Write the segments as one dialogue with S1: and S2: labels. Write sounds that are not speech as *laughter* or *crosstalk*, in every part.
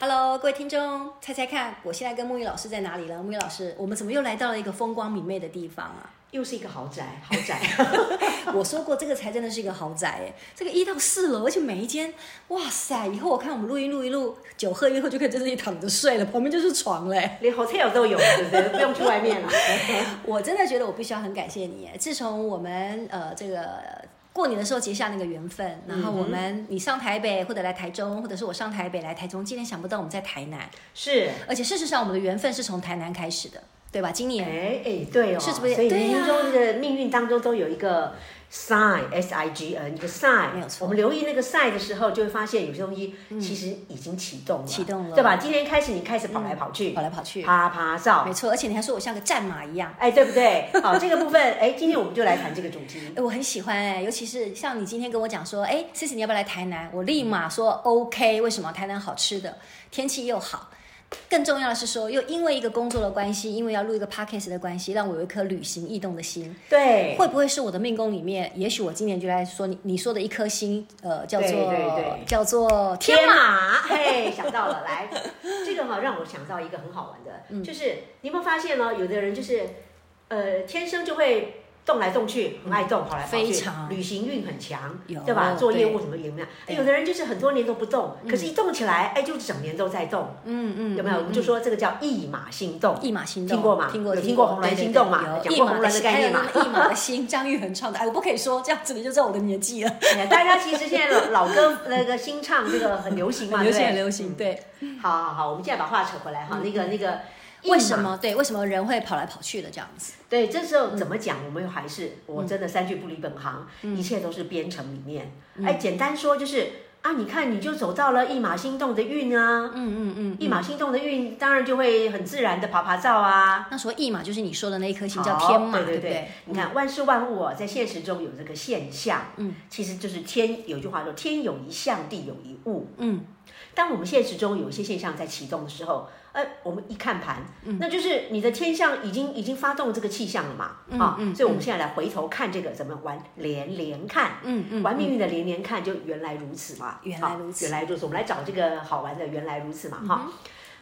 S1: Hello，各位听众，猜猜看，我现在跟木鱼老师在哪里了？木鱼老师，我们怎么又来到了一个风光明媚的地方啊？
S2: 又是一个豪宅，豪宅。 *laughs*
S1: *laughs* 我说过，这个才真的是一个豪宅哎，这个一到四楼，而且每一间，哇塞！以后我看我们录音录一录，酒喝一后就可以在这里躺着睡了，旁边就是床嘞。 *laughs*
S2: 连 hotel 都有，对不对？不用去外面了。 *laughs*
S1: 我真的觉得我必须要很感谢你，自从我们呃这个。过年的时候结下那个缘分，然后我们、你上台北或者来台中，或者是我上台北来台中，今天想不到我们在台南，
S2: 是，
S1: 而且事实上我们的缘分是从台南开始的，对吧？今年
S2: 哎哎，对哦，
S1: 是不是
S2: 所以
S1: 对啊
S2: 冥
S1: 呀
S2: 中的命运当中都有一个 sign s i g n 一个 sign，
S1: 没有错嗯
S2: 我们留意那个 sign 的时候，就会发现有些东西其实已经启动了，
S1: 启动了嗯
S2: 对吧？今天开始你开始跑来跑去，
S1: 跑来跑去，
S2: 啪啪照
S1: 没，错，而且你还说我像个战马一样。
S2: 哎，对不对？好，这个部分，哎，今天我们就来谈这个主题。
S1: *laughs* 哎我很喜欢哎、尤其是像你今天跟我讲说，哎，C C 你要不要来台南？我立
S2: 嗯
S1: 马说 OK，为什么？台南好吃的，天气又好，更重要的是说，又因为一个工作的关系，因为要录一个 podcast 的关系，让我有一颗旅行异动的心。
S2: 对，
S1: 会不会是我的命宫里面？也许我今年就来说你你说的一颗星，呃，叫做
S2: 对对对
S1: 叫做天
S2: 天
S1: 马。
S2: 马，嘿，想到了，来，这个哈、让我想到一个很好
S1: *laughs*
S2: 玩的，
S1: 嗯
S2: 就是你有没有发现呢？有的人就是，呃，天生就会动来动去，很爱动，跑来跑去，
S1: 非常
S2: 旅行运很强
S1: 有，
S2: 对吧？做业务
S1: 对
S2: 什么也没有。哎
S1: 对
S2: 有的人就是很多年都不动，可是一动起来，哎，就整年都在动，
S1: 嗯嗯，
S2: 有没有？我们就说这个叫一马心动。
S1: 一马心动，
S2: 听过吗
S1: 听过，
S2: 有听过红鸾心动嘛
S1: 对对
S2: 讲
S1: 对
S2: 过
S1: 有
S2: 红鸾的概念嘛
S1: 还有那个一马的心，张玉恒唱的，哎，我不可以说，这样子你就知道我的年
S2: *laughs*
S1: 纪了，
S2: 哎呀大家其实现在老老歌那个新唱这个很流行嘛，
S1: 流
S2: 对不对
S1: 行很流行，。对。
S2: 嗯好好好，我们现在把话扯回来哈，那个那个。
S1: 为什么对？为什么人会跑来跑去的这样子？
S2: 对，这时候怎么讲？我们还是我真的三句不离本行，一切都是编程里面。哎，简单说就是啊，你看你就走到了一马心动的运啊，
S1: 嗯嗯嗯。
S2: 一马心动的运当然就会很自然的爬爬照啊。
S1: 那所谓一马就是你说的那一颗星叫
S2: 好
S1: 天马，
S2: 对对
S1: 不对？嗯
S2: 你看万事万物啊，在现实中有这个现象，嗯，其实就是天有句话说天有一象，地有一物，
S1: 嗯，
S2: 当我们现实中有一些现象在启动的时候，呃，我们一看盘，
S1: 嗯
S2: 那就是你的天象已经已经发动了这个气象了嘛，啊、
S1: 嗯
S2: 所以我们现在来回头看这个怎么玩连连看，
S1: 嗯嗯
S2: 玩命运的连连看就原来如此嘛，
S1: 原来
S2: 啊
S1: 如此嗯
S2: 原来如此，我们来找这个好玩的原来如此嘛，哈、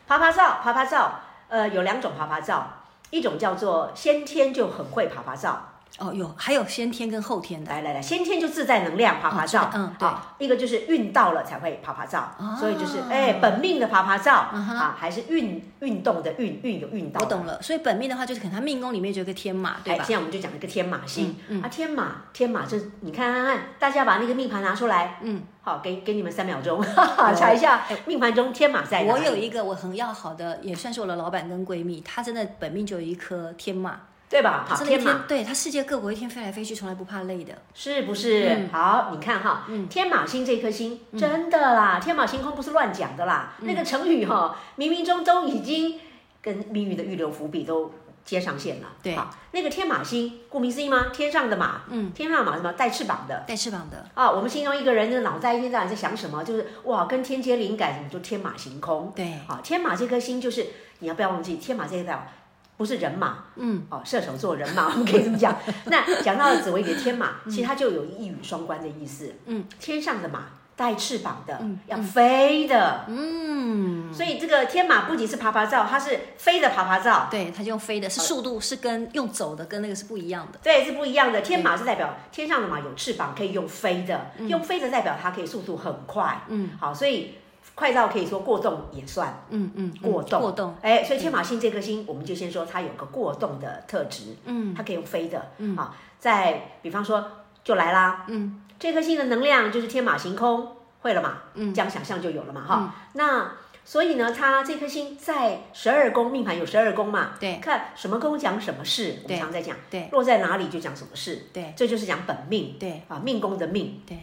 S2: 爬爬照，爬爬照，呃，有两种爬爬照，一种叫做先天就很会爬爬照，
S1: 哦，有还有先天跟后天的，
S2: 来来来，先天就自带能量，爬爬照
S1: 哦，嗯对
S2: 啊一个就是运到了才会爬爬照，
S1: 哦
S2: 所以就是哎，本命的爬爬照
S1: 嗯哼
S2: 啊，还是运运动的运，运有运到。
S1: 我懂了。所以本命的话，就是可能他命宫里面就有一个天马，对
S2: 哎，
S1: 吧嗯
S2: 现？在我们就讲一个天马星、啊，天马天马这，你看看看，大家把那个命盘拿出来，
S1: 嗯，哦哎
S2: 好，给给你们三秒钟，哈哈 *laughs* 查一下命盘中天马在哪
S1: 我
S2: 里。
S1: 有一个我很要好的，也算是我的老板跟闺蜜，她真的本命就有一颗天马，
S2: 对吧？
S1: 她
S2: 好，
S1: 真的一
S2: 啊天马
S1: 天对她世界各国一天飞来飞去，从来不怕累的。
S2: 是不是？
S1: 嗯
S2: 好，你看哈，天马星这颗星、真的啦，天马行空不是乱讲的啦，
S1: 嗯
S2: 那个成语哈、冥冥中都已经跟命运的预留伏笔都接上线了。
S1: 对
S2: 好，那个天马星，顾名思义吗？天上的马，嗯，天上的马什么？带翅膀的。
S1: 带翅膀的，
S2: 啊，我们形容一个人的脑袋一天到晚在想什么，就是哇，跟天接灵感，什么就天马行空。
S1: 对
S2: 啊，天马这颗星就是你要不要忘记，天马这一条不是人马，嗯，哦，射手座人马， *laughs* 我们可以这么讲。那讲到紫薇的天马，其实它就有一语双关的意思。嗯，天上的马带翅膀的，要飞的。嗯，所以这个天马不仅是爬爬照，它是飞的爬爬照。
S1: 对，她就用飞的，是速度是跟用走的跟那个是不一样的。
S2: 对，是不一样的。天马是代表天上的马有翅膀，可以用飞的，用飞的代表它可以速度很快。嗯，好，所以快到可以说过动也算
S1: 嗯嗯，嗯
S2: 过动。
S1: 过动，
S2: 哎，所以天马星这颗星，我们就先说它有个过动的特质。嗯，它可以用飞的。嗯，好，在比方说就来啦。嗯，这颗星的能量就是天马行空，会了嘛？嗯，这样想象就有了嘛，哈。那。所以呢，它这颗星在十二宫命盘有十二宫嘛？
S1: 对
S2: 看什么宫讲什么事，我们
S1: 对
S2: 常在讲。
S1: 对
S2: 落在哪里就讲什么事，
S1: 对
S2: 这就是讲本命，
S1: 对
S2: 啊，命宫的命。
S1: 对，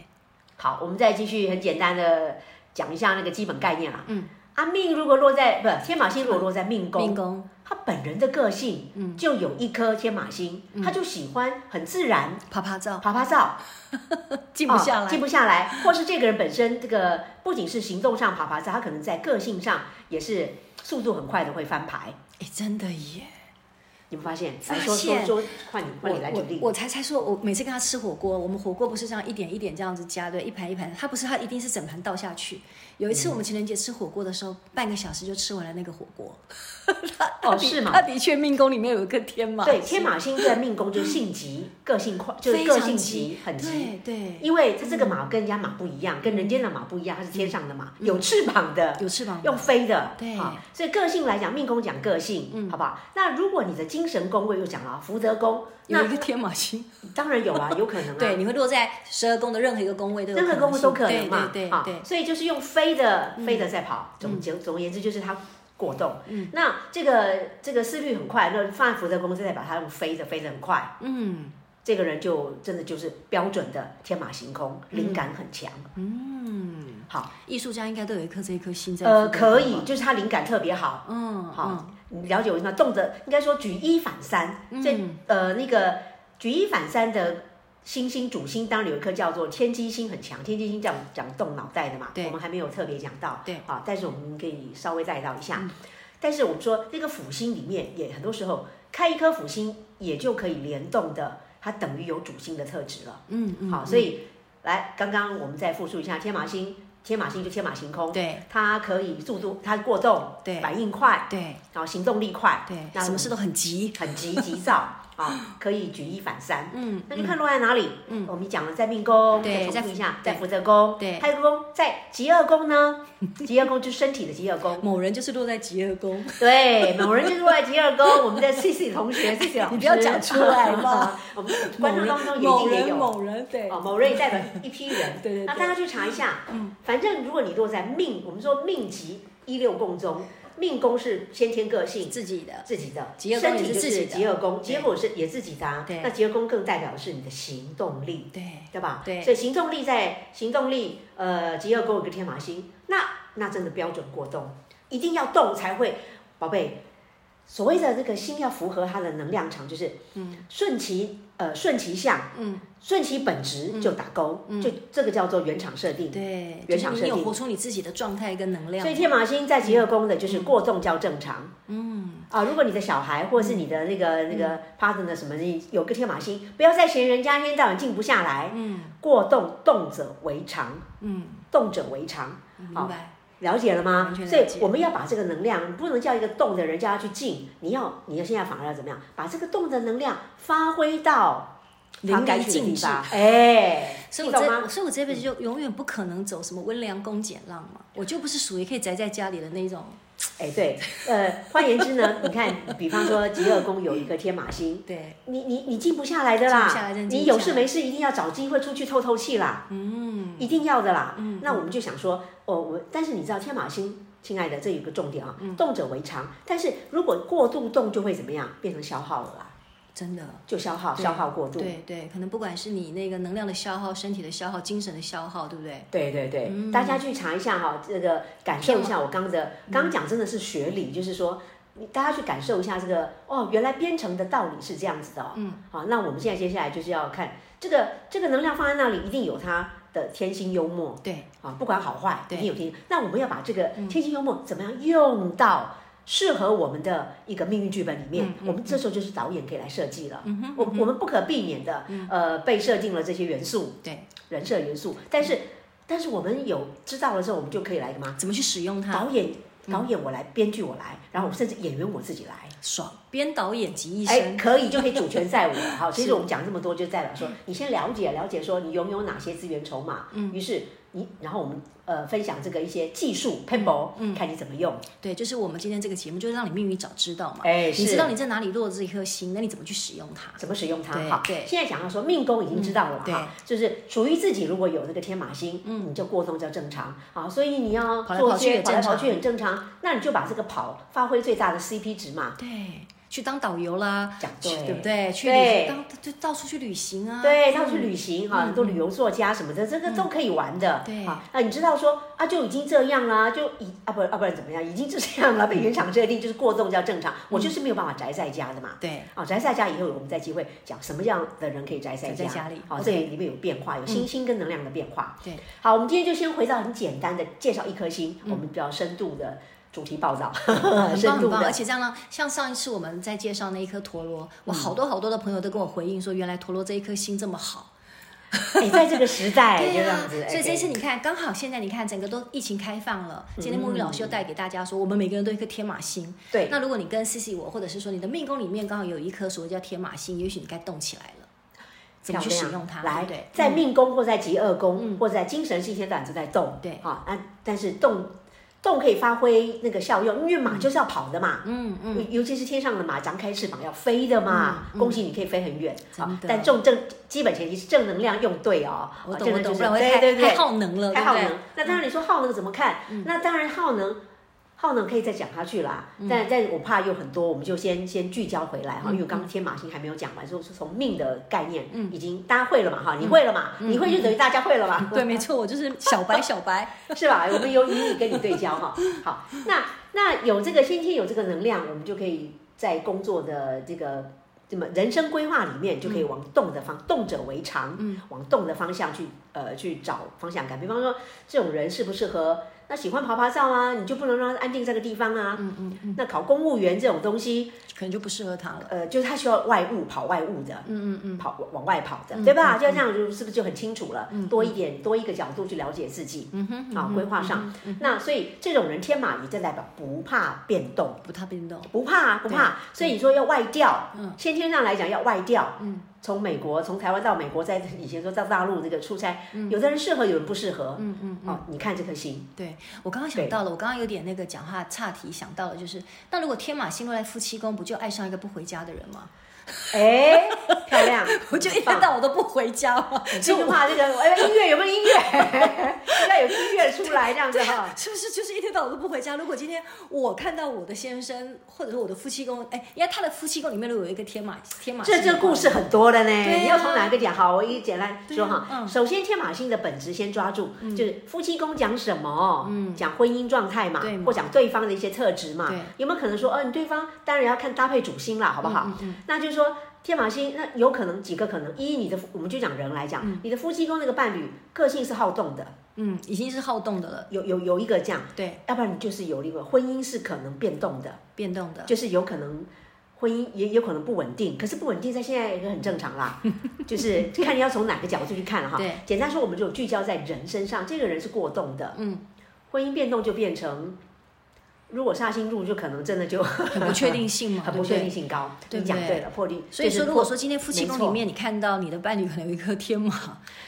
S2: 好，我们再继续很简单的讲一下那个基本概念啦。嗯，啊，命如果落在不天马星如果落在命宫，
S1: 命嗯宫
S2: 他本人的个性，就有一颗天马星，
S1: 嗯
S2: 他就喜欢很自然，
S1: 啪啪照，
S2: 爬爬照，
S1: 哦静不下来，
S2: 哦静不下来，或是这个人本身这个不仅是行动上爬爬照，他可能在个性上也是速度很快的会翻牌。
S1: 哎，真的耶！
S2: 你们发现？
S1: 发
S2: 来说说
S1: 现
S2: 说，换你换你来举
S1: 我
S2: 例。
S1: 我才才说，我每次跟他吃火锅，我们火锅不是这样一点一点这样子加，对，一盘一盘，他不是他一定是整盘倒下去。有一次我们情人节吃火锅的时候，半个小时就吃完了那个火锅。 *laughs* 他
S2: 哦，
S1: 的
S2: 是吗？
S1: 他的确命宫里面有一个天马，
S2: 对，天马星在命宫就是性急，个
S1: *laughs*
S2: 性快，就是
S1: 啊非
S2: 个
S1: 常
S2: 性急，很急。
S1: 对嗯对，
S2: 因为它这个马跟人家马不一样，跟人间的马不一样，它是天上的马，有翅膀的，
S1: 有翅膀的
S2: 用飞的，
S1: 嗯对
S2: 啊。所以个性来讲，命宫讲个性，嗯，好不好？那如果你的精神宫位又讲了福德宫，
S1: 有一
S2: 那
S1: 个天马
S2: *laughs*
S1: 星，
S2: 当然有啊，有可能啊，
S1: 对，，你会落在十二宫的任何一个宫位都有可
S2: 任
S1: 能
S2: 何
S1: 性，
S2: 宫位都可能嘛，
S1: 对对
S2: 啊
S1: 对对，嗯
S2: 所以就是用飞的飞的在跑，总结总而言之就是它。过动，嗯，那这个这个思虑很快，那放在福德宫，再把它用飞的飞得很快，
S1: 嗯，
S2: 这个人就真的就是标准的天马行空，灵感很强。嗯，好，
S1: 艺术家应该都有一颗这一颗心在。
S2: 呃，可以，，就是他灵感特别好。
S1: 嗯，嗯
S2: 好，你了解我意思吗？动辄应该说举一反三，这、呃那个举一反三的星星主星，当然有一颗叫做天机星很强，天机星讲讲动脑袋的嘛，
S1: 对
S2: 我们还没有特别讲到，
S1: 对，嗯
S2: 好，但是我们可以稍微带到一下。但是我们说那个辅星里面也很多时候开一颗辅星也就可以联动的，它等于有主星的特质了。
S1: 嗯嗯，
S2: 好，所以来，刚刚我们再复述一下天马星，天马星就天马行空，
S1: 对
S2: 它可以速度，它过动，
S1: 对
S2: 反应快，
S1: 对
S2: 然后哦行动力快，
S1: 对，
S2: 那
S1: 什么事都很急，
S2: 很急急躁 *laughs* 啊，可以举一反三。
S1: 嗯，
S2: 那就看落在哪里。嗯，我们讲了在命宫，
S1: 对
S2: 再重复一下，
S1: 在
S2: 在福德宫，
S1: 对
S2: 还有一个宫在极恶宫
S1: *laughs*
S2: 呢，极恶宫就是身体的极恶宫。
S1: 某人就是落在极恶宫，
S2: 对，某人就是落在极恶宫。我们的 C C 同学，C C 老
S1: *laughs*
S2: 师，
S1: 你不要讲出来嘛。
S2: 我们
S1: *laughs*
S2: 观
S1: 某
S2: 众
S1: 人
S2: 当中
S1: 某
S2: 一定也
S1: 人
S2: 有
S1: 某人对，
S2: 哦，某人也代表一批人，
S1: 对对对
S2: 那大家去查一下，嗯，反正如果你落在命，我们说命吉一六共中，命宫是先天个性。
S1: 自己的
S2: 自己的
S1: 极恶宫
S2: 身体
S1: 也
S2: 就是
S1: 自己的
S2: 极恶宫，
S1: 对
S2: 结果是也自己的、啊。
S1: 对
S2: 那极恶宫更代表的是你的行动力，
S1: 对
S2: 对吧？
S1: 对
S2: 所以行动力在行动力，呃，极恶宫有个天马星，那那真的标准过动，一定要动才会，宝贝。所谓的这个心要符合它的能量场，就是嗯，顺其呃顺其向，
S1: 嗯
S2: 顺其本质就打勾，就这个叫做原厂设定。
S1: 对，
S2: 原
S1: 嗯就是
S2: 厂设
S1: 你有
S2: 定
S1: 活出你自己的状态跟能量
S2: 所以，天马星在极恶宫的
S1: 嗯
S2: 就是过重叫正常。嗯啊，如果你的小孩或是你的那个、
S1: 嗯
S2: 那个 partner 什么，你有个天马星，不要再嫌人家一天到晚静不下来。嗯，过动动者为常，
S1: 嗯，
S2: 动者为常。
S1: 明
S2: 好
S1: 白，
S2: 了解了吗
S1: 完？全了
S2: 所以
S1: 解
S2: 我们要把这个能量，不能叫一个动的人叫他去静，你要你要现在反而要怎么样？把这个动的能量发挥到
S1: 淋
S2: 他该
S1: 漓
S2: 去的
S1: 尽
S2: 地
S1: 致。
S2: 方。哎，
S1: *laughs* 所以
S2: 你
S1: 我
S2: 懂吗？
S1: 这，所以我这辈子就永远不可能走什么温良恭俭让嘛，我就不是属于可以宅在家里的那一种。
S2: 哎，对，呃，换言之呢，你看，比方说极恶宫有一个天马星，
S1: 对，
S2: 你你你静不下来的啦，
S1: 静不下来真的静
S2: 你
S1: 不下来
S2: 有事没事一定要找机会出去透透气啦，嗯，一定要的啦，嗯，那我们就想说，哦，我但是你知道天马星，亲爱的，这有个重点啊，
S1: 嗯
S2: 动者为常，但是如果过度动就会怎么样，变成消耗了啦，
S1: 真的。
S2: 就消耗
S1: 对
S2: 消耗过度，
S1: 对对，可能不管是你那个能量的消耗、身体的消耗、精神的消耗，对不对？
S2: 对对对，大家去查一下哈，这个感受一下我刚刚的，刚刚讲真的是学理，就是说。你大家去感受一下这个哦，原来编程的道理是这样子的、哦。嗯，好，那我们现在接下来就是要看这个这个能量放在那里，一定有它的天性幽默
S1: 对，
S2: 啊，不管好坏，一
S1: 对
S2: 定有天。那我们要把这个天性幽默怎么样用到适合我们的一个命运剧本里面？我们这时候就是导演可以来设计了。我我们不可避免的、呃被设定了这些元素，
S1: 对，
S2: 人设元素，但是但是我们有知道了之后，我们就可以来干嘛？
S1: 怎么去使用它？
S2: 导演导演我来，编剧我来，然后我甚至演员我自己来。
S1: 爽，编导演集一
S2: 哎，
S1: 身。
S2: 可以就可以主权在我了哈。其实我们讲这么多，就代表说你先了解了解，说你拥有哪些资源筹码。嗯，于是你，然后我们呃分享这个一些技术 p a p e 看你怎么用。
S1: 对，就是我们今天这个节目，就是让你命运早知道嘛。
S2: 哎
S1: 你
S2: 是
S1: 知道你在哪里落这一颗心，那你怎么去使用它？
S2: 怎么使用它？
S1: 对
S2: 好，
S1: 对
S2: 现在讲到说命宫已经知道了
S1: 嗯
S2: 哈，就是属于自己如果有那个天马星，嗯，你就过动叫正常啊，所以你要
S1: 跑来
S2: 做
S1: 跑去
S2: 些
S1: 也
S2: 跑来
S1: 正
S2: 跑
S1: 常
S2: 去很正常，那你就把这个跑发挥最大的 CP 值嘛，
S1: 对，去当导游啦，
S2: 讲
S1: 去
S2: 对
S1: 对不对？去
S2: 对
S1: 旅当就到处去旅行啊，
S2: 对，到处哎旅行哈，很多旅游作家什么的，这个都可以玩的。
S1: 嗯对
S2: 啊，那你知道说啊，就已经这样啦，就已啊不啊不然怎么样，已经就这样了，被原厂设定就是过动叫正常，
S1: 嗯
S2: 我就是没有办法宅在家的嘛。
S1: 对，
S2: 啊，宅在家以后，我们再机会讲什么样的人可以宅在
S1: 宅
S2: 家。
S1: 在家里
S2: 好，
S1: OK 嗯
S2: 这里面有变化，有星星跟能量的变化。
S1: 对，嗯
S2: 好，我们今天就先回到很简单的介绍一颗星，我们比较深度的主题报道，
S1: 很棒
S2: 深
S1: 很
S2: 度
S1: 棒，而
S2: 的。
S1: 且这样呢，像上一次我们在介绍那一颗陀螺，
S2: 嗯
S1: 我好多好多的朋友都跟我回应说，原来陀螺这一颗心这么好，
S2: 哎，在这个时代就
S1: *laughs* 对
S2: 这
S1: 呀、
S2: 样子，哎
S1: 所以这
S2: 对嗯
S1: 次你看，刚好现在你看整个都疫情开放了，今天沐浴老师又带给大家说，我们每个人都有一颗天马星。
S2: 对
S1: 那如果你跟 C C 我，或者是说你的命宫里面刚好有一颗所谓叫天马星，也许你该动起来了，怎么去
S2: 漂亮
S1: 使用它？
S2: 来
S1: 对不嗯对，
S2: 在命宫或在极恶宫，或者在精神性天胆都在动。
S1: 对
S2: 啊，那但是动动可以发挥那个效用，因为马就是要跑的嘛。
S1: 嗯嗯，
S2: 尤尤其是天上的马，张开翅膀要飞的嘛，恭喜你可以飞很远啊
S1: 真的
S2: 但重正基本前提是正能量用对哦，
S1: 我
S2: 啊
S1: 懂
S2: 正
S1: 我
S2: 能
S1: 懂，不
S2: 就是
S1: 然会
S2: 对
S1: 太
S2: 对对
S1: 太，耗能了，
S2: 太耗
S1: 对嗯不
S2: 能
S1: 对。
S2: 那当然你说耗能怎么看？那当然耗能，耗能可以再讲下去啦。
S1: 嗯
S2: 但但我怕有很多，我们就先先聚焦回来哈，因为
S1: 嗯
S2: 刚刚天马星还没有讲完，所以是从命的概念，已经大家会了嘛哈，你
S1: 嗯
S2: 会了嘛，你会就等于大家会了
S1: *laughs*
S2: 嘛，
S1: 对，没错，我就是小白小白，
S2: 是吧？我们有以你跟你对焦哈。好，那那有这个先天有这个能量，我们就可以在工作的这个。这么人生规划里面就可以往动的方，动者为常，嗯，往动的方向去，呃，去找方向感。比方说，这种人适不适合？那喜欢爬爬照啊，你就不能让他安定在个地方啊。嗯嗯嗯。那考公务员这种东西，
S1: 可能就不适合他了。
S2: 呃，就是他需要外务跑外务的，嗯嗯嗯，嗯跑往外跑的，对吧？就这样，就是不是就很清楚了？多一点，多一个角度去了解自己，嗯哼，啊，规划上。那所以这种人天马也就代表不怕变动，
S1: 不太变动，
S2: 不怕不怕。所以你说要外调，先天上来讲要外调，嗯，从美国从台湾到美国，在以前说到大陆这个出差，有的人适合，有人不适合，嗯嗯，哦，你看这颗星，
S1: 对我刚刚想到了，我刚刚有点那个讲话岔题，想到了就是，那如果天马星落在夫妻宫，不就爱上一个不回家的人吗？
S2: 哎，漂 *laughs* 亮，
S1: 我就一
S2: 很棒
S1: 天到晚都不回家嘛，
S2: 这
S1: 就
S2: 句话，这个哎，音乐有没有音乐？ *laughs* 要有音乐出来这样子哈。
S1: 是不是就是一天到晚都不回家？如果今天我看到我的先生，或者是我的夫妻宫，哎，因为他的夫妻宫里面如果有一个天马天马星
S2: 这
S1: 的话，
S2: 这故事很多的呢，
S1: 啊
S2: 你要从哪个讲？好，我一简单说
S1: 对啊
S2: 哈。
S1: 嗯
S2: 首先，天马星的本质先抓住，就是夫妻宫讲什么，讲婚姻状态嘛
S1: 嗯对，嘛
S2: 或讲对方的一些特质嘛
S1: 对，
S2: 有没有可能说，嗯，你对方当然要看搭配主星啦，好不好？
S1: 嗯
S2: 那就是说。天马星那有可能几个可能，一你的夫我们就讲人来讲，你的夫妻宫那个伴侣个性是好动的，
S1: 嗯，已经是好动的了，
S2: 有有有一个这样，
S1: 对，
S2: 要不然你就是有一个婚姻是可能变动的，
S1: 变动的，
S2: 就是有可能婚姻也有可能不稳定，可是不稳定在现在也很正
S1: *laughs*
S2: 常啦，就是看你要从哪个角度去看了哈
S1: 对。
S2: 简单说，我们就聚焦在人身上，这个人是过动的，
S1: 嗯，
S2: 婚姻变动就变成，如果煞星入，就可能真的就
S1: 很
S2: 很
S1: 不确定性嘛，
S2: *laughs* 很
S1: 对
S2: 不
S1: 不对
S2: 确定。性高。
S1: 对
S2: 你
S1: 不
S2: 讲
S1: 对
S2: 对了，破例。
S1: 所以
S2: 就是
S1: 说，如
S2: 破
S1: 果说今天夫妻宫
S2: 没错
S1: 里面你看到你的伴侣可能有一颗天马，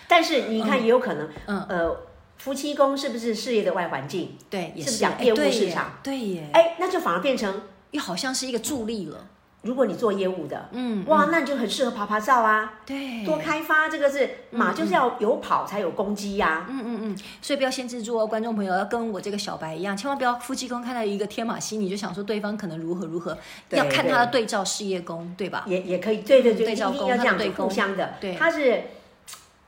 S2: 但是你看，也有可能，
S1: 嗯
S2: 呃，夫妻宫是不是事业的外环境？
S1: 对，也
S2: 是不是
S1: 哎
S2: 讲业务
S1: 对
S2: 市
S1: 耶
S2: 场
S1: 对耶，
S2: 哎，那就反而变成，
S1: 又好像是一个助力了，
S2: 如果你做业务的，
S1: 嗯，
S2: 哇，那你就很适合爬爬照啊。
S1: 对，
S2: 多开发这个是马，就是要有跑才有攻击呀、
S1: 嗯嗯嗯，所以不要限制住哦，观众朋友要跟我这个小白一样，千万不要夫妻宫看到一个天马星，你就想说对方可能如何如何，
S2: 对
S1: 要看他的对照事业宫，对吧？
S2: 也也可以，对对对，
S1: 嗯对
S2: 一
S1: 照
S2: 定
S1: 功
S2: 要这样
S1: 它
S2: 子
S1: 的对
S2: 互
S1: 功
S2: 相的。
S1: 对
S2: 它是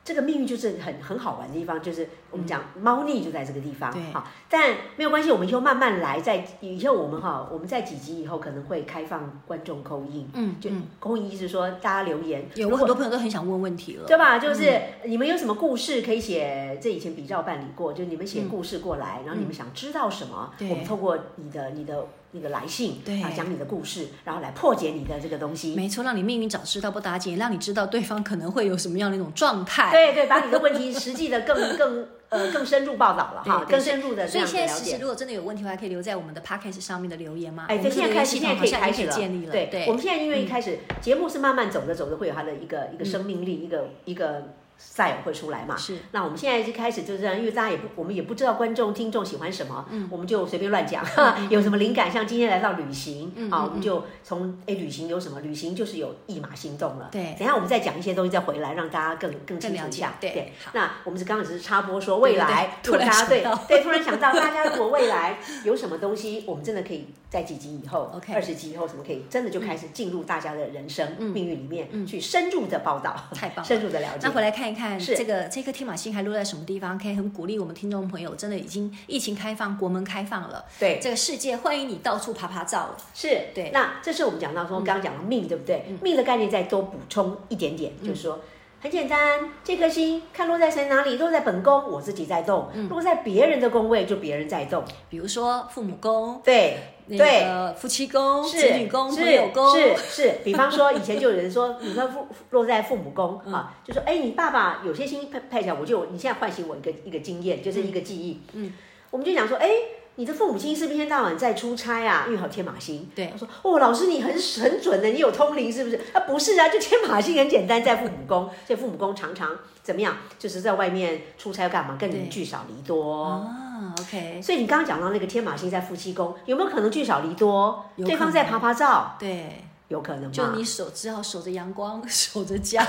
S2: 这个命运就是很很好玩的地方，就是我们讲猫腻就在这个地方
S1: 嗯对
S2: 好，但没有关系，我们以后慢慢来，在以后我们哈，我们在几集以后可能会开放观众扣印，
S1: 嗯
S2: 就扣印意思说大家留言，
S1: 有我很多朋友都很想问问题了，
S2: 对吧？就是
S1: 嗯
S2: 你们有什么故事可以写？这以前比照办理过，就是你们写故事过来，然后你们想知道什么，
S1: 嗯对
S2: 我们透过你的、你的、那个来信，
S1: 对
S2: 啊，讲你的故事，然后来破解你的这个东西。
S1: 没错，让你命运早知道不打紧，让你知道对方可能会有什么样的一种状态。
S2: 对对，把你的问题实际的
S1: *laughs*
S2: 更更呃更深入报道了哈，
S1: 对对
S2: 更深入的这
S1: 所以
S2: 样子
S1: 现在
S2: 了
S1: 其实
S2: 解。
S1: 如果真的有问题的话，可以留在我们的 podcast 上面的留言嘛。
S2: 哎，
S1: 我
S2: 对，
S1: 们这
S2: 现
S1: 个留言
S2: 在开始，
S1: 系
S2: 现
S1: 统
S2: 在可
S1: 好
S2: 以
S1: 像
S2: 开
S1: 也
S2: 始
S1: 可以
S2: 了。
S1: 建立了。
S2: 对，我们现在因
S1: 嗯
S2: 为一开始节目是慢慢走着走着会有它的一个一个生命力，一个一个赛尔会出来嘛。
S1: 是，
S2: 那我们现在就开始就这样，因为大家也不，我们也不知道观众听众喜欢什么，
S1: 嗯
S2: 我们就随便乱讲，有什么灵感，像今天来到旅行，
S1: 嗯
S2: 啊，我们就从哎旅行有什么？旅行就是有一马心动了。
S1: 对
S2: 等一下我们再讲一些东西再回来，让大家更更清楚
S1: 了
S2: 一
S1: 解
S2: 下。
S1: 对好
S2: 那我们是刚刚只是插播说未来，
S1: 对对对
S2: 如果大家
S1: 突然
S2: 对
S1: 想到
S2: 对突然想到，大家如果未来有什么东西，我们真的可以在几集以后
S1: *laughs* OK 嗯
S2: 二十集以后，什么可以真的就开始进入大家的人生命运里面去深入的报道，
S1: 太棒了
S2: 深入的了解
S1: 那。回来看一看
S2: 是
S1: 这个这颗天马星还落在什么地方，可以很鼓励我们听众朋友，真的已经疫情开放，国门开放了，
S2: 对，
S1: 这个世界欢迎你到处爬爬照了。
S2: 是
S1: 对嗯
S2: 那这是我们讲到说，刚刚讲的命，对不对？命的概念再多补充一点点，就是说。很简单，这颗星看落在谁哪里，落在本宫，我自己在动；
S1: 嗯
S2: 落在别人的宫位，就别人在动。
S1: 比如说父母宫、
S2: 对，
S1: 那
S2: 对，
S1: 个夫妻宫、
S2: 是
S1: 子女宫、
S2: 是
S1: 朋友宫，
S2: 是是，比方说以前就有人说， *laughs* 你看父落在父母宫
S1: 嗯
S2: 啊，就说哎，你爸爸有些星配配起来，我就你现在唤醒我一个一个经验，就是一个记忆，嗯，我们就讲说，哎。你的父母亲是不是一天到晚在出差啊？因为还有天马星。
S1: 对
S2: 他说：“哦，老师你很很准的，你有通灵是不是？”啊，不是啊，就天马星很简单，在父母宫，所以父母宫常常怎么样，就是在外面出差干嘛，跟
S1: 对
S2: 人聚少离多。
S1: 啊，OK，
S2: 所以你刚刚讲到那个天马星在夫妻宫，有没有可能聚少离多？
S1: 有
S2: 对
S1: 可
S2: 方
S1: 能
S2: 在爬爬照，
S1: 对，
S2: 有可能
S1: 就
S2: 吗
S1: 你守只好守着阳光， *laughs* 守着
S2: *laughs*
S1: 家，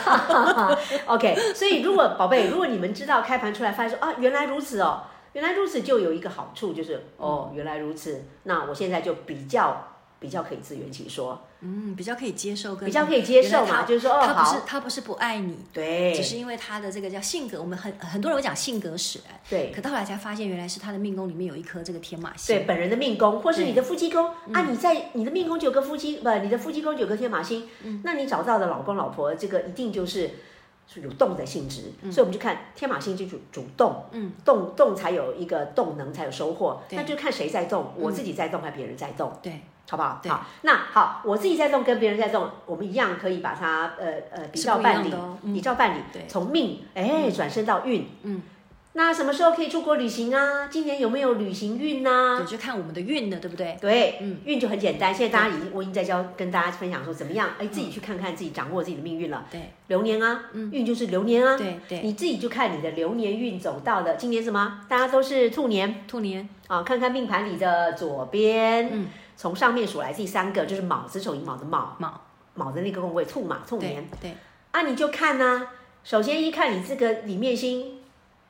S2: ？OK，所以如果宝贝，如果你们知道开盘出来发现说啊，原来如此哦，原来如此就有一个好处就是哦，原来如此，那我现在就比较比较可以自圆其说，
S1: 嗯，比较可以接受跟，
S2: 比较可以接受
S1: 原来
S2: 嘛，
S1: 他
S2: 就是说哦
S1: 他不是
S2: 好，
S1: 他不是不爱你，
S2: 对
S1: 只是因为他的这个叫性格，我们很很多人会讲性格使然，
S2: 对
S1: 可到后来才发现原来是他的命宫里面有一颗这个天马星，
S2: 对，本人的命宫或是
S1: 对嗯
S2: 你的夫妻宫啊，你在你的命宫就有个夫妻不，你的夫妻宫就有个天马星，
S1: 嗯
S2: 那你找到的老公老婆这个一定就是。是有动的性质，
S1: 嗯
S2: 所以我们就看天马星就主主动，嗯，动动才有一个动能，才有收获。
S1: 对
S2: 那就看谁在动，我自己在动还是别人在动，
S1: 对
S2: 好不好？
S1: 对
S2: 好，那好，我自己在动跟别人在动，我们一样可以把它呃呃比照办
S1: 是不一样
S2: 理
S1: 的哦，嗯
S2: 比照办理
S1: 对，
S2: 从命哎转身到运，嗯，那什么时候可以出国旅行啊？今年有没有旅行运啊呐？
S1: 对，就看我们的运了，对不对？
S2: 对，嗯，运就很简单。现在大家已经，我已经在教跟大家分享说怎么样，
S1: 嗯
S2: 哎，自己去看看自己掌握自己的命运了。
S1: 对
S2: 流年啊，运就是流年啊，
S1: 嗯对对，
S2: 你自己就看你的流年运走到的。今年什么？大家都是兔年
S1: 兔年
S2: 啊，看看命盘里的左边，
S1: 嗯
S2: 从上面数来第三个就是卯，子丑寅卯的卯，
S1: 卯，
S2: 卯的那个宫位兔嘛，兔
S1: 对
S2: 年
S1: 对，
S2: 啊，你就看呐、首先一看你这个里面星。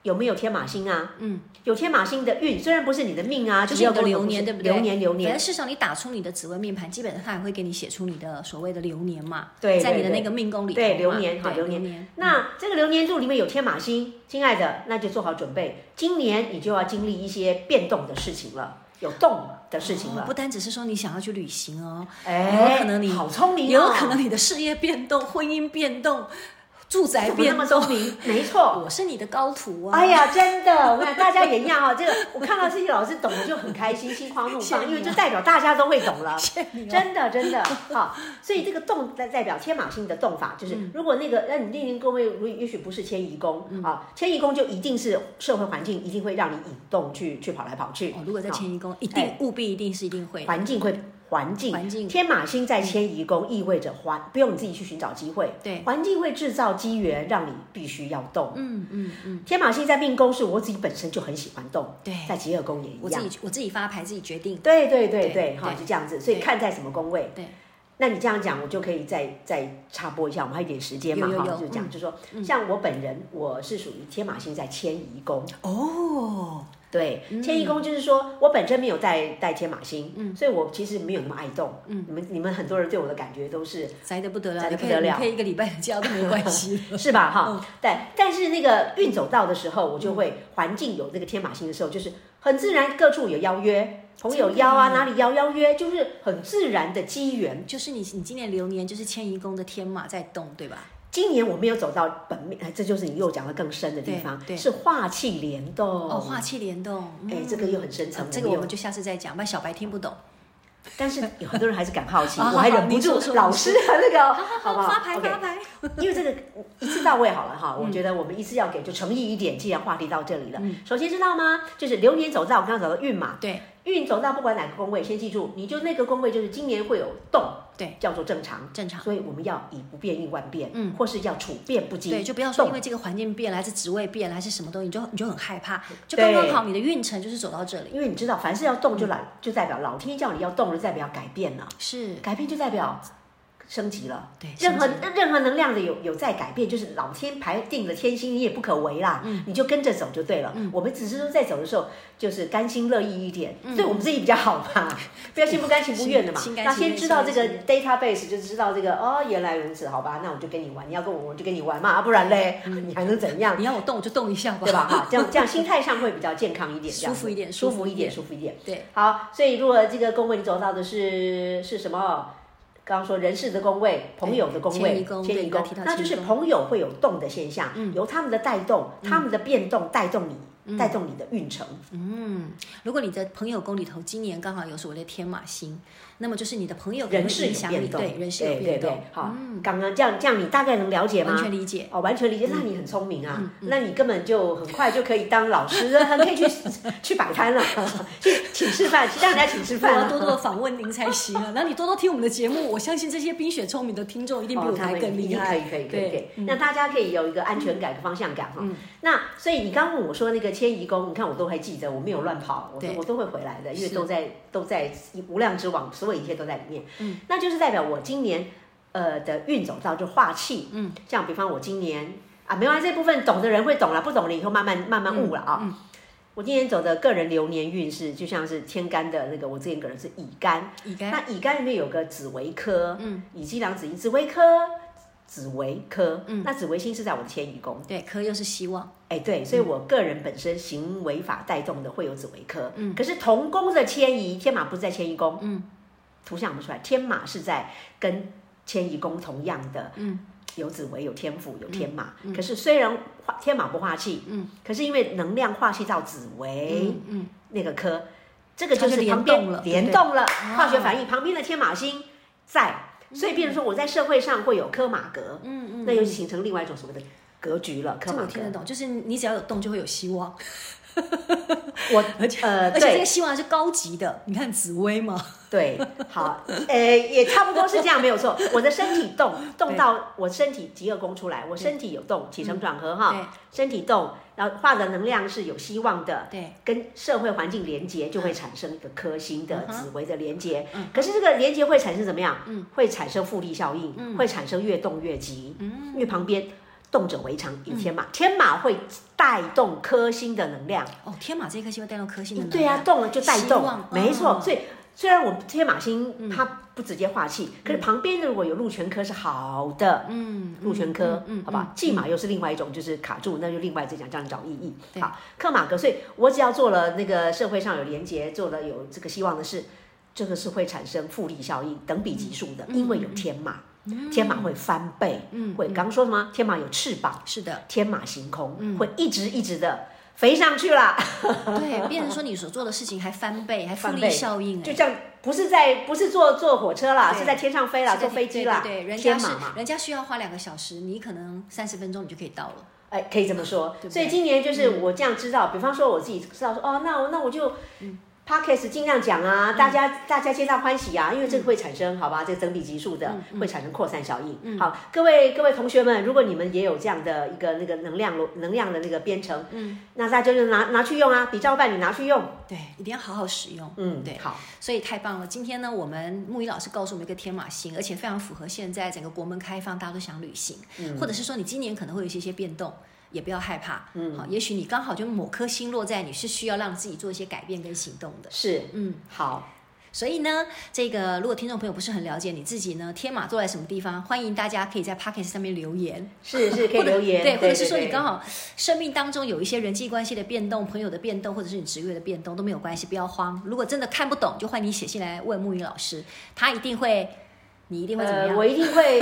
S2: 有没有天马星啊？
S1: 嗯，
S2: 有天马星的运，虽然不是你的命啊，
S1: 就是
S2: 只有
S1: 你的
S2: 跟
S1: 流
S2: 我不
S1: 年
S2: 是
S1: 对不对
S2: 流年，流年
S1: 反，正事实上你打出你的紫微命盘，基本上它也会给你写出你的所谓的流年嘛，
S2: 对
S1: 在你的
S2: 对
S1: 那个命宫里头嘛
S2: 对流年哈，
S1: 对
S2: 流
S1: 流
S2: 年。那这个流年柱里面有天马星，亲爱的，那就做好准备，今年你就要经历一些变动的事情了，有动的事情
S1: 哦
S2: 了
S1: 不。单只是说你想要去旅行哦，
S2: 哎，
S1: 有可能你
S2: 好聪明哦，
S1: 也有可能你的事业变动、婚姻变动、住宅
S2: 怎么那
S1: 变
S2: 么
S1: 动
S2: 聪。明？没错，
S1: 我是你的高徒啊！
S2: 哎呀，真的，我跟你讲大家也一样
S1: *laughs*
S2: 哈、这个我看到这些老师懂，我就很开心，心花怒
S1: 谢谢你
S2: 放，
S1: 啊
S2: 因为就代表大家都会懂了。
S1: 谢你哦，
S2: 真的，真的，
S1: *laughs*
S2: 好，所以这个动代代表天马星的动法，就是
S1: 嗯
S2: 如果那个，那你命运宫位，如也许不是迁移宫啊，迁移宫就一定是社会环境一定会让你引动去去跑来跑去
S1: 哦，，如果在
S2: 好
S1: 迁移宫，一
S2: 哎
S1: 定务必一定是一定会的。
S2: 环境会环境
S1: 环境
S2: 天马星在迁移宫意味着环，不用你自己去寻找机会，
S1: 对
S2: 环境会制造机缘让你必须要动。
S1: 嗯嗯嗯，
S2: 天马星在命宫是我自己本身就很喜欢动，
S1: 对
S2: 在极恶宫也一
S1: 我
S2: 样
S1: 自，己我自己发牌自己决定。
S2: 对对对
S1: 对
S2: 对，哈，
S1: 对
S2: 就这样子，所以
S1: 对
S2: 看在什么宫位。
S1: 对，
S2: 那你这样讲，我就可以再再插播一下，我们还有一点时间嘛，
S1: 有有嗯
S2: 哈，
S1: 有
S2: 就讲，就说，像我本人，我是属于天马星在迁移宫，
S1: 哦，
S2: 对，迁移宫就是说我本身没有带带天马星，
S1: 嗯
S2: 所以我其实没有那么爱动，你们你们很多人对我的感觉都是
S1: 宅的不得了，
S2: 宅
S1: 你
S2: 得
S1: 可
S2: 不
S1: 以
S2: 得
S1: 你
S2: 了
S1: 可以一个礼拜的假都没关系。
S2: *laughs* 是吧？
S1: 嗯
S2: 哈，但但是那个运走到的时候，我就会环境有那个天马星的时候，就是很自然，各处有邀约，朋友邀啊，
S1: 真的
S2: 哪里邀邀约，就是很自然的机缘。
S1: 就是你你今年流年就是迁移宫的天马在动，对吧？
S2: 今年我没有走到本命，哎，这就是你又讲的更深的地方
S1: 对对，
S2: 是化气联动。
S1: 哦，化气联动，
S2: 哎
S1: 嗯
S2: 这个又很深层
S1: 呃
S2: 我
S1: 这个
S2: 没
S1: 我
S2: 有
S1: 们就下次再讲，不然小白听不懂。
S2: 但是有很多人还是感
S1: *laughs*
S2: 好奇，
S1: 好好啊好
S2: 我还忍不
S1: 你说
S2: 住
S1: 说
S2: 老师的那个，好不好？
S1: 发牌嗯
S2: OK
S1: 发牌。
S2: 因为这个一次到位好了哈，我觉得我们一次要给就诚意一点，既然话题到这里了，
S1: 嗯
S2: 首先知道吗？就是流年走到，我刚刚讲到运嘛，
S1: *laughs* 对，
S2: 运走到不管哪个宫位，先记住，你就那个宫位就是今年会有动，
S1: 对
S2: 叫做正常。
S1: 正常。
S2: 所以我们要以不变应万变，
S1: 嗯
S2: 或是要处变不惊，
S1: 对，就不要说因为
S2: 动
S1: 这个环境变了，还是职位变了，还是什么东西，你就你就很害怕。就刚刚
S2: 对
S1: 好，你的运程就是走到这里。
S2: 因为你知道，凡事要动就老，就代表老天叫你要动了，就代表改变了，
S1: 是，
S2: 改变就代表升级了。
S1: 嗯对
S2: 任何
S1: 升
S2: 任何能量的有有在改变，就是老天排定的天星，你也不可为啦，
S1: 嗯
S2: 你就跟着走就对了。我们只是说在走的时候，就是甘心乐意一点，对我们自己比较好
S1: *laughs*
S2: 嘛，不要心不甘情不愿的嘛
S1: 嗯心。甘
S2: 那
S1: 情愿
S2: 先知道这个
S1: 心
S2: database，就知道这个哦，原来如此，好吧，那我就跟你玩，你要跟我，我就跟你玩嘛，啊不然嘞，你还能怎样？
S1: 嗯你要我动，我就动一下吧，
S2: 对吧？
S1: *laughs*
S2: 哈，这样这样心态上会比较健康一点，这样
S1: 舒服一点
S2: 子
S1: 舒
S2: 舒
S1: 服
S2: 服
S1: 一
S2: 一点，
S1: 点
S2: 舒服一点。
S1: 对，
S2: 好，所以如果这个宫位你走到的是是什么？刚刚说人事的宫位，朋友的宫
S1: 迁移
S2: 位，
S1: 宫对
S2: 迁移
S1: 你刚
S2: 宫
S1: 提到，
S2: 那就是
S1: 迁移嗯
S2: 朋友会有动的现象，由他们的带动，他们的变动带动你，带动你的运程。
S1: 嗯，如果你的朋友宫里头今年刚好有所谓的天马星，那么就是你的朋友可能
S2: 人事
S1: 影
S2: 有
S1: 响
S2: 变
S1: 力，
S2: 动，
S1: 对人事有变
S2: 对对
S1: 动嗯
S2: 对，好，刚刚这样这样你大概能了解吗？
S1: 完全嗯理解。
S2: 哦，完全理解。那你很聪明啊，那你根本就很快就可以当老师， *laughs* 很可以去去摆摊了， *laughs* 去请吃饭，去让人家请吃
S1: 我 *laughs*
S2: 饭
S1: 要
S2: 啊。
S1: 多多的访问您才行啊！然后你多多听我们的节目，我相信这些冰雪聪明的听众一定比
S2: 哦
S1: 我
S2: 他
S1: 还
S2: 们
S1: 更
S2: 一
S1: 厉
S2: 定
S1: 害。
S2: 可以可以可以可以
S1: 对。嗯
S2: 那大家可以有一个安全感、方向感哈。那所以你刚问我说那个迁移宫，你看我都还记得，我没有乱跑，我都
S1: 对
S2: 我都会回来的，因为
S1: 是
S2: 都在都在无量之网，所有一切都在里面。
S1: 嗯
S2: 那就是代表我今年呃的运走到就化气。嗯，像比方我今年啊，没关系，这部分懂的人会懂了，不懂的以后慢慢慢慢悟了啊。
S1: 嗯
S2: 我今年走的个人流年运势，就像是天干的那个，我之前个人是乙干，
S1: 乙肝
S2: 那乙肝里面有个紫微科，嗯，乙基两紫一紫微科。紫微科，嗯，那紫微星是在我的迁移宫，
S1: 对，可又是希望，
S2: 哎，对，
S1: 嗯
S2: 所以我个人本身行为法带动的会有紫微科，嗯，可是同宫的迁移，天马不是在迁移宫，嗯，图像我们出来，天马是在跟迁移宫同样的，嗯，有紫微有天府有天马，
S1: 嗯
S2: 可是虽然化天马不化气，嗯，可是因为能量化气到紫微，
S1: 嗯嗯，
S2: 那个科，这个就是
S1: 它就联
S2: 旁
S1: 动了
S2: 边
S1: 对哦
S2: 联动了，化学反应，旁边的天马星在，所以变成说我在社会上会有科马格，嗯嗯，那又形成另外一种所谓的格局了，科
S1: 这
S2: 马
S1: 我
S2: 格
S1: 听。得懂，就是你只要有动就会有希望，
S2: *laughs* 我呃，
S1: 而且这个
S2: 对
S1: 希望是高级的。你看紫薇嘛，
S2: 对，
S1: *laughs*
S2: 好，呃，也差不多是这样，没有错。我的身体动动到我身体极恶宫出来，我身体有动，起承转合
S1: 嗯对
S2: 哈，身体动，然后化的能量是有希望的，
S1: 对，
S2: 跟社会环境连接就会产生一个颗星的
S1: 嗯
S2: 紫微的连接。可是这个连接会产生怎么样？会产生复利效
S1: 嗯
S2: 应，会产生越动越急，因为旁边。动者为常，
S1: 嗯
S2: 以天马，天马会带动颗星的能量，
S1: 哦，天马这颗星会带动颗星的能量。
S2: 对呀、动了就带
S1: 希
S2: 动
S1: 望，
S2: 没错。
S1: 嗯
S2: 所以虽然我们天马星它不直接化气，可是旁边如果有禄全科是好的，嗯，禄全科，嗯，好吧，忌马又是另外一种，就是卡住，那就另外再讲，这样找意义。好，克马格，所以我只要做了那个社会上有连结，做了有这个希望的事，这个是会产生复利效应，等比级数的，因为有天马，天马会翻倍，嗯，会刚说什么？天马有翅膀，
S1: 是的，
S2: 天马行空，会一直一直的飞上去啦。
S1: 对，变成说你所做的事情还翻倍，还复
S2: 翻
S1: 利
S2: 倍
S1: 效应，哎
S2: 就像不是在不是坐坐火车啦，
S1: 对
S2: 是在天上飞啦，
S1: 是在
S2: 坐飞机啦，
S1: 对对对，人家
S2: 天
S1: 是
S2: 马嘛，
S1: 人家需要花两个小时，你可能三十分钟你就可以到了。
S2: 哎，可以这么说。
S1: 对不对嗯
S2: 所以今年就是我这样知道，比方说我自己知道说，哦，那我那我就。Podcast 尽量讲啊，
S1: 嗯
S2: 大家、大家皆大欢喜啊，因为这个会产生好吧，这个整体级数的、
S1: 嗯
S2: 会产生扩散效应。好，各位各位同学们，如果你们也有这样的一个那个能量能量的那个编程，嗯，那大家就拿拿去用啊，比照办你拿去用，
S1: 对，一定要好好使用。
S2: 嗯，
S1: 对。
S2: 好，
S1: 所以太棒了！今天呢，我们木鱼老师告诉我们一个天马星，而且非常符合现在整个国门开放，大家都想旅行，或者是说你今年可能会有一些些变动，也不要害怕。嗯，好，也许你刚好就某颗星落在你是需要让自己做一些改变跟行动的。
S2: 是
S1: 嗯，
S2: 好，
S1: 所以呢，这个如果听众朋友不是很了解你自己呢，天马座在什么地方，欢迎大家可以在 p o c k e t 上面留言。
S2: 是是可以
S1: 或者
S2: 留言，
S1: 对，或者是说你
S2: 对
S1: 刚好生命当中有一些人际关系的变动、朋友的变动，或者是你职业的变动都没有关系，不要慌。如果真的看不懂，就欢迎你写信来问木鱼老师，他一定会，你一定会怎么
S2: 呃，
S1: 样？
S2: 我一定
S1: *laughs*
S2: 会，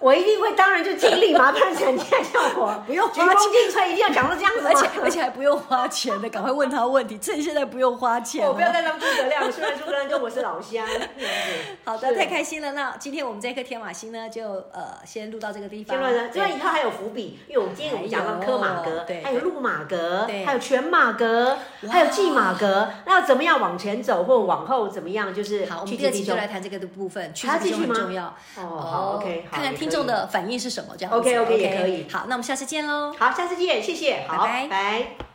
S2: 我一定会，当然就尽力嘛，不然人家叫我
S1: 不用
S2: 鞠
S1: 花钱
S2: 躬尽瘁，一定要讲到这样子吗
S1: 而
S2: *laughs*
S1: 且而且还不用花钱的，赶快问他问题，趁现在不用花钱
S2: 我
S1: 哦。
S2: 不要再当诸葛亮，虽然诸葛亮跟我是老 *laughs* 乡，这样子
S1: 好的，
S2: 是
S1: 太开心了。那今天我们这颗天马星呢，就呃先录到这个地方。
S2: 天伦呢，因
S1: 对
S2: 为以后还有伏笔，因为我们今天我们讲到科马
S1: 还有
S2: 格
S1: 对，
S2: 还有路马格
S1: 对，
S2: 还有全马格，还有骑马格，那要怎么样往前走或往后怎么样，就是
S1: 好，我们
S2: 趋
S1: 第二
S2: 吉
S1: 集
S2: 避
S1: 就
S2: 凶
S1: 来谈这个的部分，趋
S2: 还要
S1: 吉
S2: 继
S1: 避就
S2: 去
S1: 很
S2: 吗
S1: 重要。
S2: 哦，好，OK，好，
S1: 看看
S2: 也
S1: 听
S2: 可
S1: 众
S2: 以。
S1: 的反应是什么，这样子
S2: OK，OK，也可以
S1: 好，那我们下次见喽。
S2: 好，下次见，谢谢，好，
S1: 拜拜
S2: 拜